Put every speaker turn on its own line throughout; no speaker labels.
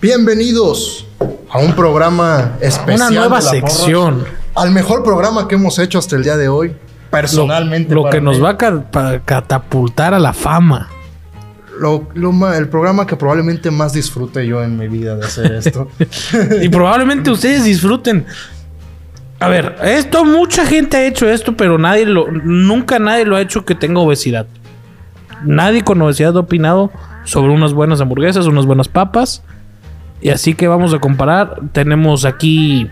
Bienvenidos a un programa especial.
Una nueva
de La Porra.
sección.
Al mejor programa que hemos hecho hasta el día de hoy. Personalmente.
Lo
para
que
mí.
nos va a ca- pa- catapultar a la fama.
Lo- lo ma- el programa que probablemente más disfrute yo en mi vida de hacer esto.
Y probablemente ustedes disfruten. A ver, esto mucha gente ha hecho esto, pero nadie lo, nunca nadie lo ha hecho que tenga obesidad. Nadie con obesidad ha opinado sobre unas buenas hamburguesas, unas buenas papas. Y así que vamos a comparar. Tenemos aquí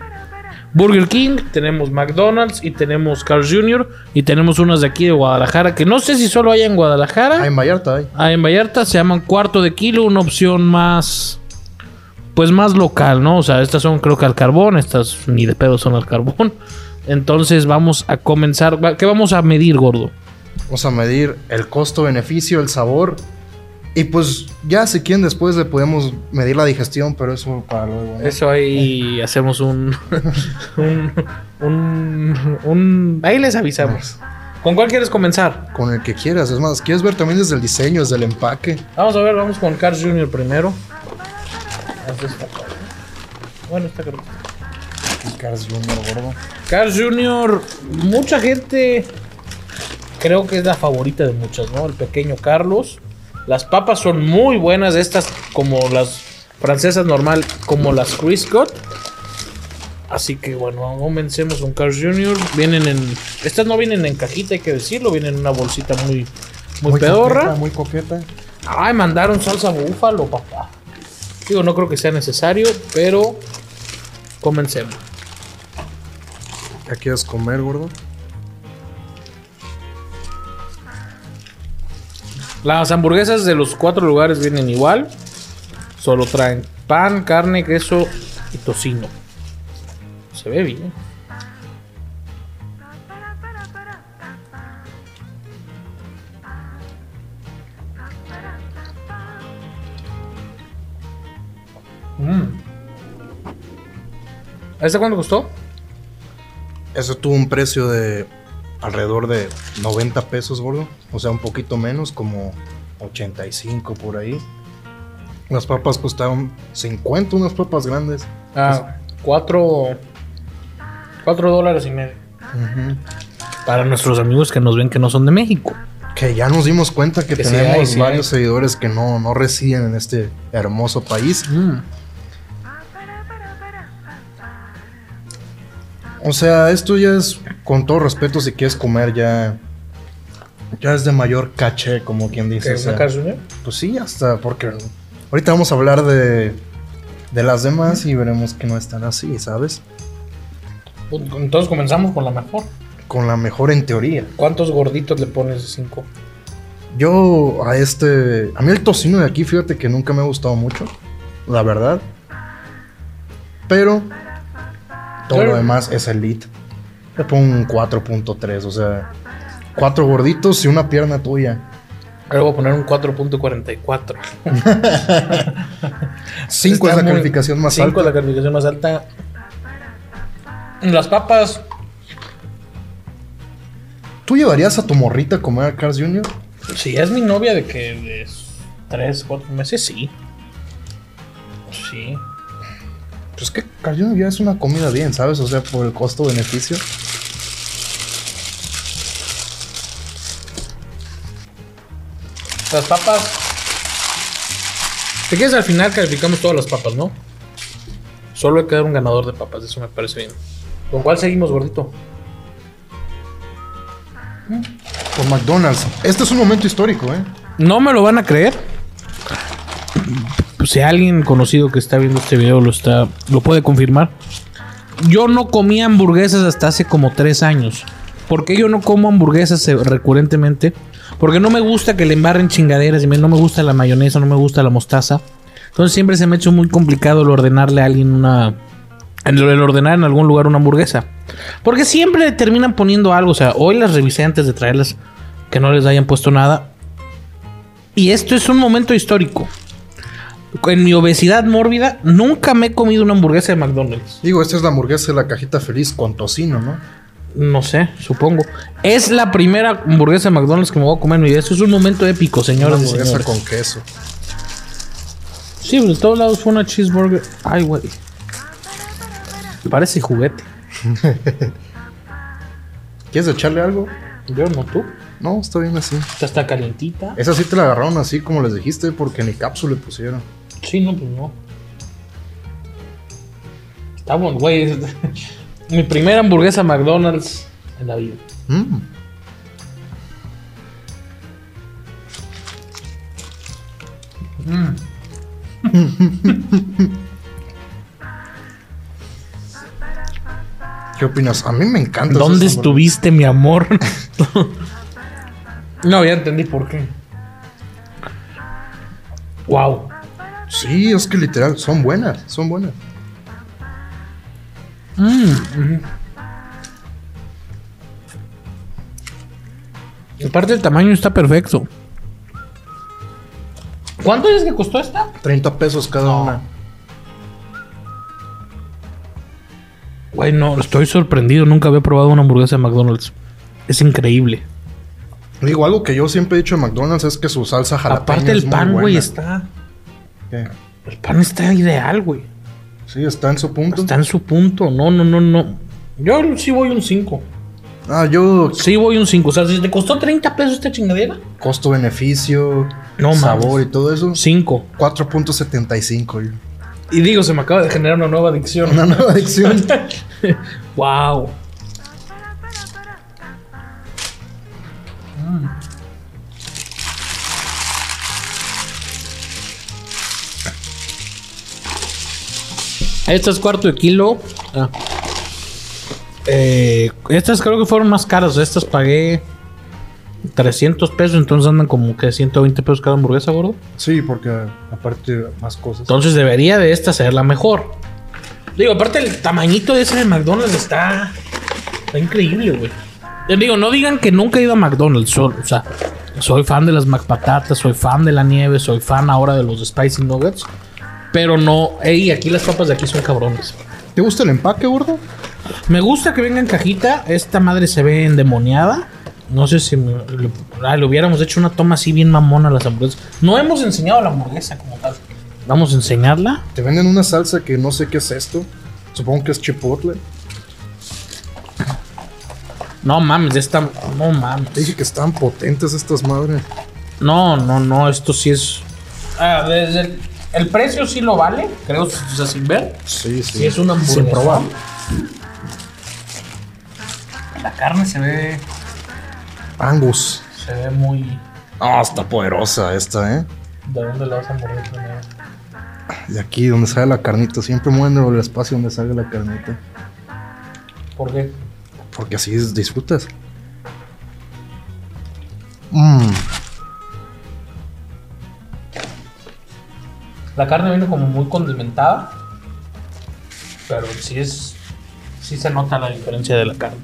Burger King, tenemos McDonald's y tenemos Carl Jr. y tenemos unas de aquí de Guadalajara que no sé si solo hay en Guadalajara.
Ay, en Vallarta, ay.
Ah, en Vallarta se llaman cuarto de kilo, una opción más. Pues más local, ¿no? O sea, estas son creo que al carbón, estas ni de pedo son al carbón. Entonces vamos a comenzar. Va- ¿Qué vamos a medir, gordo?
Vamos a medir el costo-beneficio, el sabor. Y pues ya si quieren después le podemos medir la digestión, pero eso para luego. ¿no?
Eso ahí Eh. hacemos un. un, un, un- Ahí les avisamos. ¿Con cuál quieres comenzar?
Con el que quieras. Es más, ¿quieres ver también desde el diseño, desde el empaque?
Vamos a ver, vamos con Carl Jr. primero. Haz esta parte. Bueno, está creo. Carl Jr., mucha gente creo que es la favorita de muchas, ¿no? El pequeño Carlos. Las papas son muy buenas, estas como las francesas normal, como las Criscot. Así que bueno, comencemos con Carl Jr. Vienen en. Estas no vienen en cajita, hay que decirlo, vienen en una bolsita muy, muy, pedorra.
muy coqueta.
Ay, mandaron salsa búfalo, papá. Digo, no creo que sea necesario, pero comencemos.
¿Ya quieres comer, gordo?
Las hamburguesas de los cuatro lugares vienen igual. Solo traen pan, carne, queso y tocino. Se ve bien. Mm. ¿Este cuánto costó?
Eso tuvo un precio de alrededor de 90 pesos, gordo. O sea, un poquito menos, como 85 por ahí. Las papas costaron 50, unas papas grandes.
Ah, cuatro, cuatro dólares y medio. Para nuestros amigos que nos ven que no son de México.
Que ya nos dimos cuenta que,
Que sí
tenemos
hay, sí
varios seguidores que no, no residen en este hermoso país. O sea, esto ya es, con todo respeto, si quieres comer ya... Ya es de mayor caché, como quien dice.
¿Qué,
o sea.
una Carl Jr.?
Pues sí, hasta porque ahorita vamos a hablar de, de las demás y veremos que no están así, ¿sabes?
Entonces comenzamos con la mejor.
Con la mejor en teoría.
¿Cuántos gorditos le pones de 5?
Yo a este... A mí el tocino de aquí, fíjate que nunca me ha gustado mucho, la verdad. Pero todo
Claro.
lo demás es elite. Le pongo un 4.3, o sea, cuatro gorditos y una pierna tuya.
Ahora voy a poner un 4.44.
Cinco es la calificación más
5 es
alta.
la calificación más alta. Las papas,
¿Tú llevarías a tu morrita a comer a Carl's Jr.?
si es mi novia de que es 3, 4 meses, sí. Sí.
Pues que Carl Jr. ya es una comida bien, ¿sabes? O sea, por el costo-beneficio.
Las papas. Si quieres, al final calificamos todas las papas, ¿no? Solo hay que dar un ganador de papas, eso me parece bien. ¿Con cuál seguimos, gordito?
Por McDonald's. Este es un momento histórico, ¿eh?
No me lo van a creer. Pues, Si alguien conocido que está viendo este video lo está, lo puede confirmar. Yo no comía hamburguesas hasta hace como tres años. ¿Por qué yo no como hamburguesas eh, recurrentemente? Porque no me gusta que le embarren chingaderas. y me- No me gusta la mayonesa, no me gusta la mostaza. Entonces siempre se me ha hecho muy complicado el ordenarle a alguien una... El el ordenar en algún lugar una hamburguesa. Porque siempre le terminan poniendo algo. O sea, hoy las revisé antes de traerlas que no les hayan puesto nada. Y esto es un momento histórico. En mi obesidad mórbida, nunca me he comido una hamburguesa de McDonald's.
Digo, esta es la hamburguesa de la cajita feliz con tocino, ¿no?
No sé, supongo. Es la primera hamburguesa de McDonald's que me voy a comer en mi vida. Esto es un momento épico,
Una
señoras y
hamburguesa
señores.
con queso.
Sí, pero de todos lados fue una cheeseburger. Ay, güey. Parece juguete.
¿Quieres echarle algo?
Yo no tú.
No, está bien así.
Esta está calientita.
Esa sí te la agarraron así como les dijiste porque ni cápsula le pusieron.
Sí, no, pues no. Está bueno, güey. es- Mi primera hamburguesa McDonald's en la vida.
Mm. ¿Qué opinas? A mí me encanta.
¿Dónde estuviste, mi amor? no, ya entendí por qué. Wow.
Sí, es que literal, son buenas, son buenas.
Aparte el tamaño está perfecto. ¿Cuánto es que costó esta?
30 pesos cada una.
Güey, no, estoy sorprendido. Nunca había probado una hamburguesa de McDonald's. Es increíble.
Digo, algo que yo siempre he dicho de McDonald's es que su salsa jalapeña
Aparte
es
el
muy
pan, güey,
buena.
está...
¿Qué?
El pan está ideal, güey.
Sí, está en su punto.
Está en su punto. No, no, no, no. Yo sí voy un 5.
Ah, yo
Sí voy un 5. O sea, si te costó 30 pesos esta chingadera.
costo-beneficio,
No
sabor
mames.
y todo eso.
5.
4.75. yo.
Y digo, se me acaba de generar una nueva adicción.
Una nueva adicción.
wow. Estas cuarto de kilo. Ah. Eh, estas creo que fueron más caras. Estas pagué 300 pesos. Entonces andan como que 120 pesos cada hamburguesa, gordo.
Sí, porque aparte más cosas.
Entonces debería de esta ser la mejor. Digo, aparte el tamañito de ese de McDonald's está, está increíble, güey. Yo Digo, no digan que nunca he ido a McDonald's. so- o sea, soy fan de las McPatatas, soy fan de la nieve, soy fan ahora de los Spicy Nuggets. Pero no, ey, aquí las papas de aquí son cabrones.
¿Te gusta el empaque, gordo?
Me gusta que venga en cajita. Esta madre se ve endemoniada. No sé si me- le, ah, le hubiéramos hecho una toma así bien mamona a las hamburguesas. No hemos enseñado la hamburguesa como tal. Vamos a enseñarla.
Te venden una salsa que no sé qué es esto. Supongo que es chipotle.
No mames, esta. No
Te
mames.
dije que están potentes estas madres.
No, no, no, esto sí es. Ah, desde el, el precio sí lo vale, creo, o sea, sin ver.
Sí, sí.
Sí, es una hamburguesa.
Sin probar.
La carne se ve.
Angus.
Se ve muy.
Ah, está poderosa esta, ¿eh?
¿De dónde la vas a morir primero?
De aquí, donde sale la carnita. Siempre mueven el espacio donde sale la carnita.
¿Por qué?
Porque así es- disfrutas. Mmm.
La carne viene como muy condimentada. Pero sí es. Sí se nota la diferencia de la carne.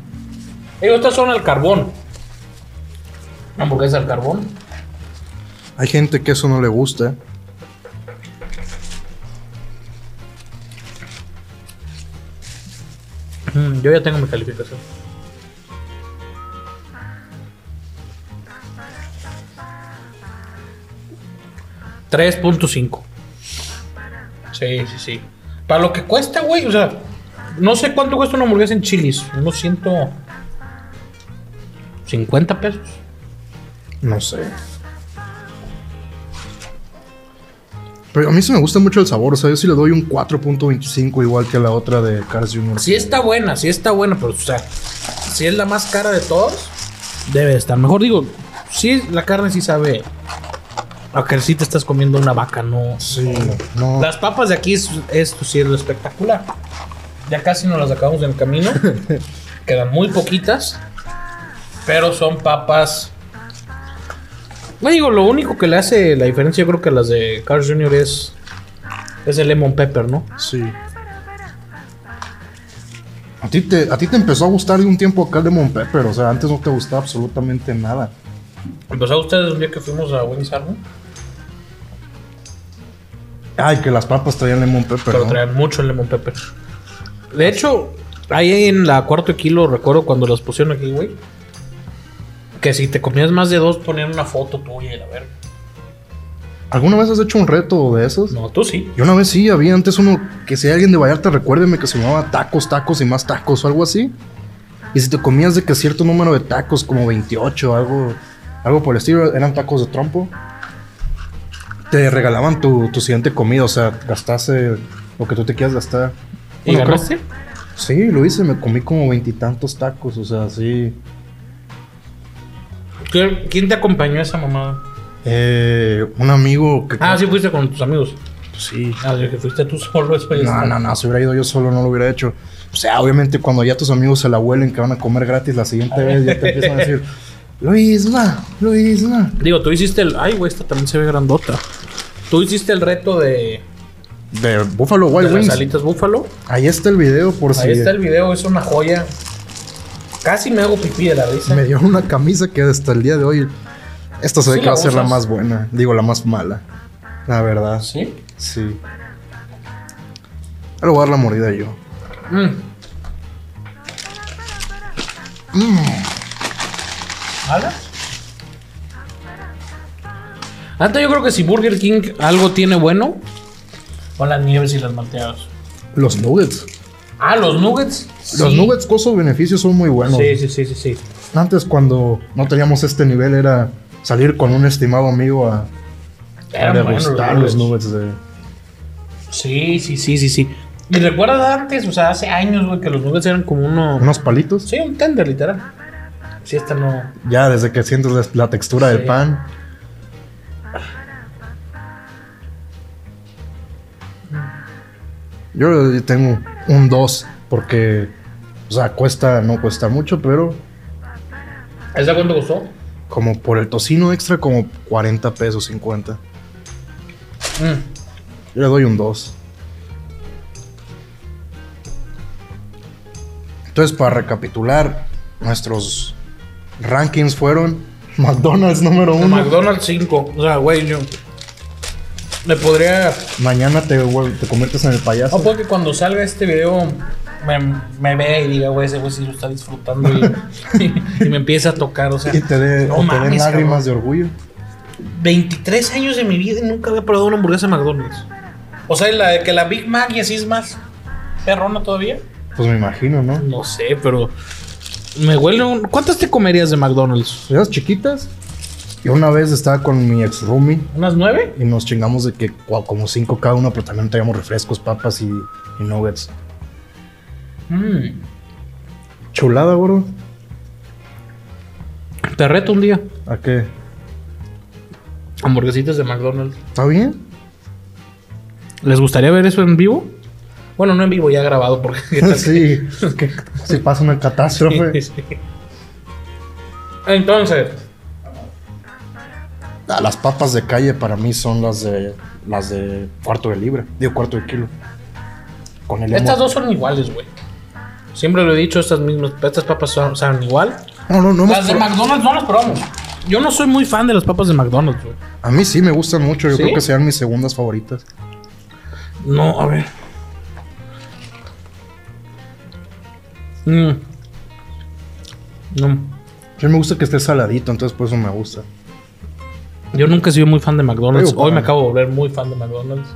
Digo, estas son al carbón. Hamburguesa al carbón.
Hay gente que eso no le gusta.
Mm, Yo ya tengo mi calificación. .5 Sí, sí, sí. Para lo que cuesta, güey. O sea, no sé cuánto cuesta una hamburguesa en chilis. Unos 150 pesos.
No sé. Pero a mí sí me gusta mucho el sabor. O sea, yo sí le doy un 4.25 igual que la otra de Cars Jr.
Sí está buena, sí está buena, pero o sea, si es la más cara de todos, debe de estar. Mejor digo, sí, la carne sí sabe. A que sí te estás comiendo una vaca, no.
Sí, no.
Las papas de aquí es, es pues, sí, es lo espectacular. Ya casi nos las acabamos en el camino. Quedan muy poquitas. Pero son papas. No digo, lo único que le hace la diferencia, yo creo que a las de Carl Jr. es. Es el lemon pepper, ¿no?
Sí. A ti, te, a ti te empezó a gustar de un tiempo acá el de Mon Pepper. O sea, antes no te gustaba absolutamente nada.
Empezó Pues, a ustedes un día que fuimos a Wendy's Army,
Ay, que las papas traían lemon pepper.
pero
¿no?
traen mucho el lemon pepper. De hecho, ahí en la cuarto de kilo, recuerdo cuando las pusieron aquí, güey. Que si te comías más de dos, ponían una foto tuya y la verga.
¿Alguna vez has hecho un reto de esos?
No, tú sí.
Yo una vez sí, había antes uno que si hay alguien de Vallarta, recuérdeme que se llamaba tacos, tacos y más tacos o algo así. Y si te comías de que cierto número de tacos, como 28, algo, algo por el estilo, eran tacos de trompo, te regalaban tu, tu siguiente comida, o sea, gastaste lo que tú te quieras gastar.
¿Y
Bueno, creo-
ganaste?
Sí, lo hice, me comí como veintitantos tacos, o sea, sí.
¿Qui- ¿Quién te acompañó a esa mamada?
Eh, un amigo que... pues
Ah, sí, fuiste con tus amigos.
Sí.
Ah, de que fuiste tú solo, eso ya
No,
está.
no, no, si hubiera ido yo solo no lo hubiera hecho. O sea, obviamente cuando ya tus amigos se la huelen que van a comer gratis la siguiente vez, ya te empiezan a decir, Luisma, Luisma.
Digo, tú hiciste el. Ay, güey, esta también se ve grandota. Tú hiciste el reto de,
De Buffalo
de
Wild
las
Wings.
alitas búfalo.
Ahí está el video por si
Ahí está el video, es una joya. Casi me hago pipí de la risa.
me dieron una camisa que hasta el día de hoy, esta se ve
Sí,
que
la
va a ser la
usas.
más buena, digo la más mala. La verdad,
¿Sí?
sí. Ahora voy a dar la mordida yo.
Mm. ¿Ala? Antes yo creo que si Burger King algo tiene bueno. Con las nieves y las malteadas.
Los nuggets.
Ah, los nuggets.
Los
Sí.
nuggets Ah, costo-beneficio son muy buenos.
Sí, sí, sí, sí, sí.
Antes cuando no teníamos este nivel era salir con un estimado amigo a, a
Eran buenos los
degustar los
nuggets.
nuggets de...
Sí, sí, sí, sí, sí. ¿Y recuerdas antes? O sea, hace años, güey, que los nuggets eran como uno...
unos palitos.
Sí, un tender, literal. Sí, esta no...
Ya desde que sientes la- la textura
Sí.
del pan. Yo le tengo un 2 porque, o sea, cuesta, no cuesta mucho, pero
¿Esta cuánto costó?
como por el tocino extra como 40 pesos, 50.
Mm.
Yo le doy un 2. Entonces, para recapitular, nuestros rankings fueron McDonald's número
El
1.
McDonald's 5. O sea, güey, yo. Le podría.
Mañana te, vuel- te conviertes en el
No
payaso.
puede que cuando salga este video me, me vea y diga, güey, ese güey sí lo está disfrutando y, y- y me empieza a tocar. O sea,
y te, dé-
no
o te den
mames,
lágrimas de orgullo.
cabrón. 23 años de mi vida y nunca había probado una hamburguesa de McDonald's. O sea, la de que la Big Mac y así es más perrona todavía.
Pues me imagino, ¿no?
No sé, pero. Me huele un- ¿Cuántas te comerías de McDonald's?
Esas chiquitas. Yo una vez estaba con mi ex roomie
¿Unas nueve?
y nos chingamos de que cua- como 5 cada uno, pero también traíamos refrescos, papas y, y nuggets.
Mm.
Chulada, bro.
Te reto un día.
¿A qué?
Hamburguesitas de McDonald's.
¿Está bien?
¿Les gustaría ver eso en vivo? Bueno, no en vivo, ya grabado porque...
sí, que si pasa una catástrofe.
Entonces,
Ah, las papas de calle para mí son las de las de cuarto de libra, digo cuarto de kilo. Con el
estas
emo-
dos son iguales, güey. Siempre lo he dicho, estas mismas, estas papas son, saben igual.
No, no, no hemos
Las de
pro-
McDonald's no las probamos. Yo no soy muy fan de las papas de McDonald's, güey.
A mí sí me gustan mucho, yo
¿Sí?
creo que sean mis segundas favoritas.
No, a ver. Mm. No.
Yo me gusta que esté saladito, entonces por eso me gusta.
Yo nunca he sido muy fan de McDonald's.
Digo,
Hoy me
para-
acabo de volver muy fan de McDonald's.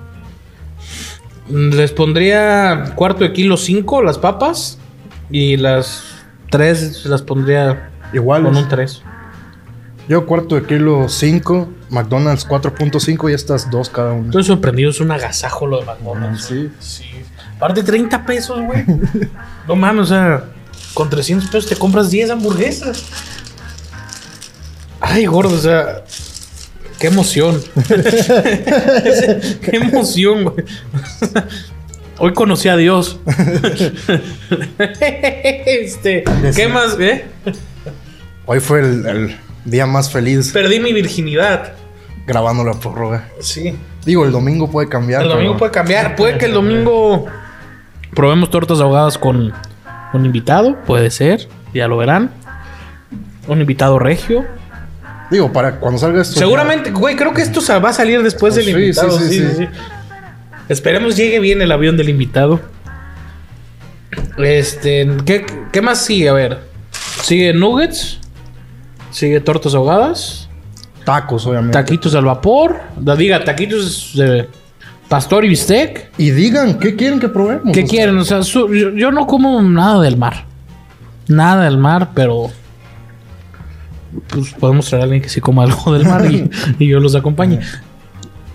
Mm, Les pondría cuarto de kilo 5 las papas. Y las 3 las pondría
Igual,
con un 3.
yo cuarto de kilo 5, McDonald's 4.5 y estas dos cada una.
Estoy sorprendido, es un agasajo lo de
Ah,
McDonald's.
Sí.
Sí. Aparte 30 pesos, güey. no mames, o sea, con 300 pesos te compras 10 hamburguesas. Ay, gordo, o sea, qué emoción. qué emoción, güey. Hoy conocí a Dios. este, ¿qué más, eh?
Hoy fue el, el día más feliz
Perdí mi virginidad.
grabando la prórroga.
Sí.
Digo, el domingo puede cambiar.
El domingo
pero-
puede cambiar. Puede que el domingo probemos tortas ahogadas con un invitado. Puede ser. Ya lo verán. Un invitado regio.
Digo, para cuando salga esto. Pues ya-
Seguramente, güey, creo que esto sa- va a salir después
Pues
del
sí,
invitado.
sí, sí,
sí,
sí.
sí, sí. Esperemos llegue bien el avión del invitado. Este, ¿qué, qué más sigue? A ver. Sigue Nuggets. Sigue tortas ahogadas.
Tacos, obviamente.
Taquitos al vapor. Da- Diga, taquitos de pastor y bistec.
Y digan, ¿qué quieren que probemos?
¿Qué
O sea,
quieren? O sea, su- yo, yo no como nada del mar. Nada del mar, pero. Pues podemos traer a alguien que sí coma algo del mar y, y yo los acompañe.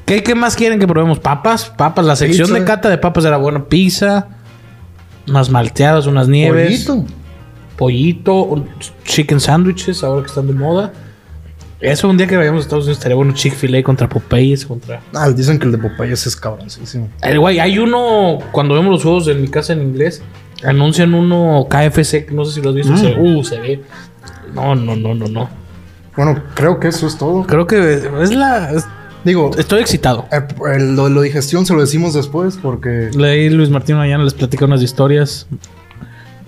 ¿Qué, qué más quieren que probemos? ¿Papas? Papas. La sección
Pizza.
de cata de papas era bueno. Pizza, unas malteadas, unas nieves, pollito,
pollito.
un- chicken sandwiches, ahora que están de moda. Eso un día que vayamos a Estados Unidos estaría bueno. Chick-fil-A contra Popeyes, contra.
Ah, dicen que el de Popeyes es cabroncísimo.
El güey, hay uno, cuando vemos los juegos en mi casa en inglés, anuncian uno KFC, no sé si lo has visto,
Mm.
se, uh, se ve. No, no, no, no, no.
Bueno, creo que eso es todo.
Creo que es la... es-
Digo,
estoy excitado.
eh, el- lo de la digestión se lo decimos después porque
Leí Luis Martín Mañana, les platica unas historias.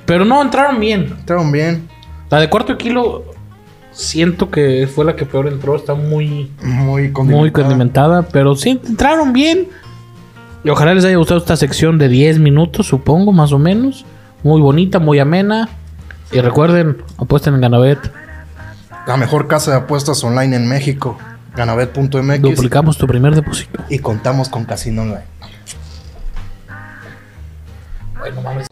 Pero no, entraron bien.
entraron bien.
La de cuarto kilo, siento que fue la que peor entró, está muy,
Muy condimentada.
muy condimentada, pero sí, entraron bien. Y ojalá les haya gustado esta sección de 10 minutos, supongo, más o menos. Muy bonita, muy amena. Y recuerden, apuesten en Ganabet.
La mejor casa de apuestas online en México. Ganabet.mx.
Duplicamos tu primer depósito.
Y contamos con casino online.
Bueno, mames.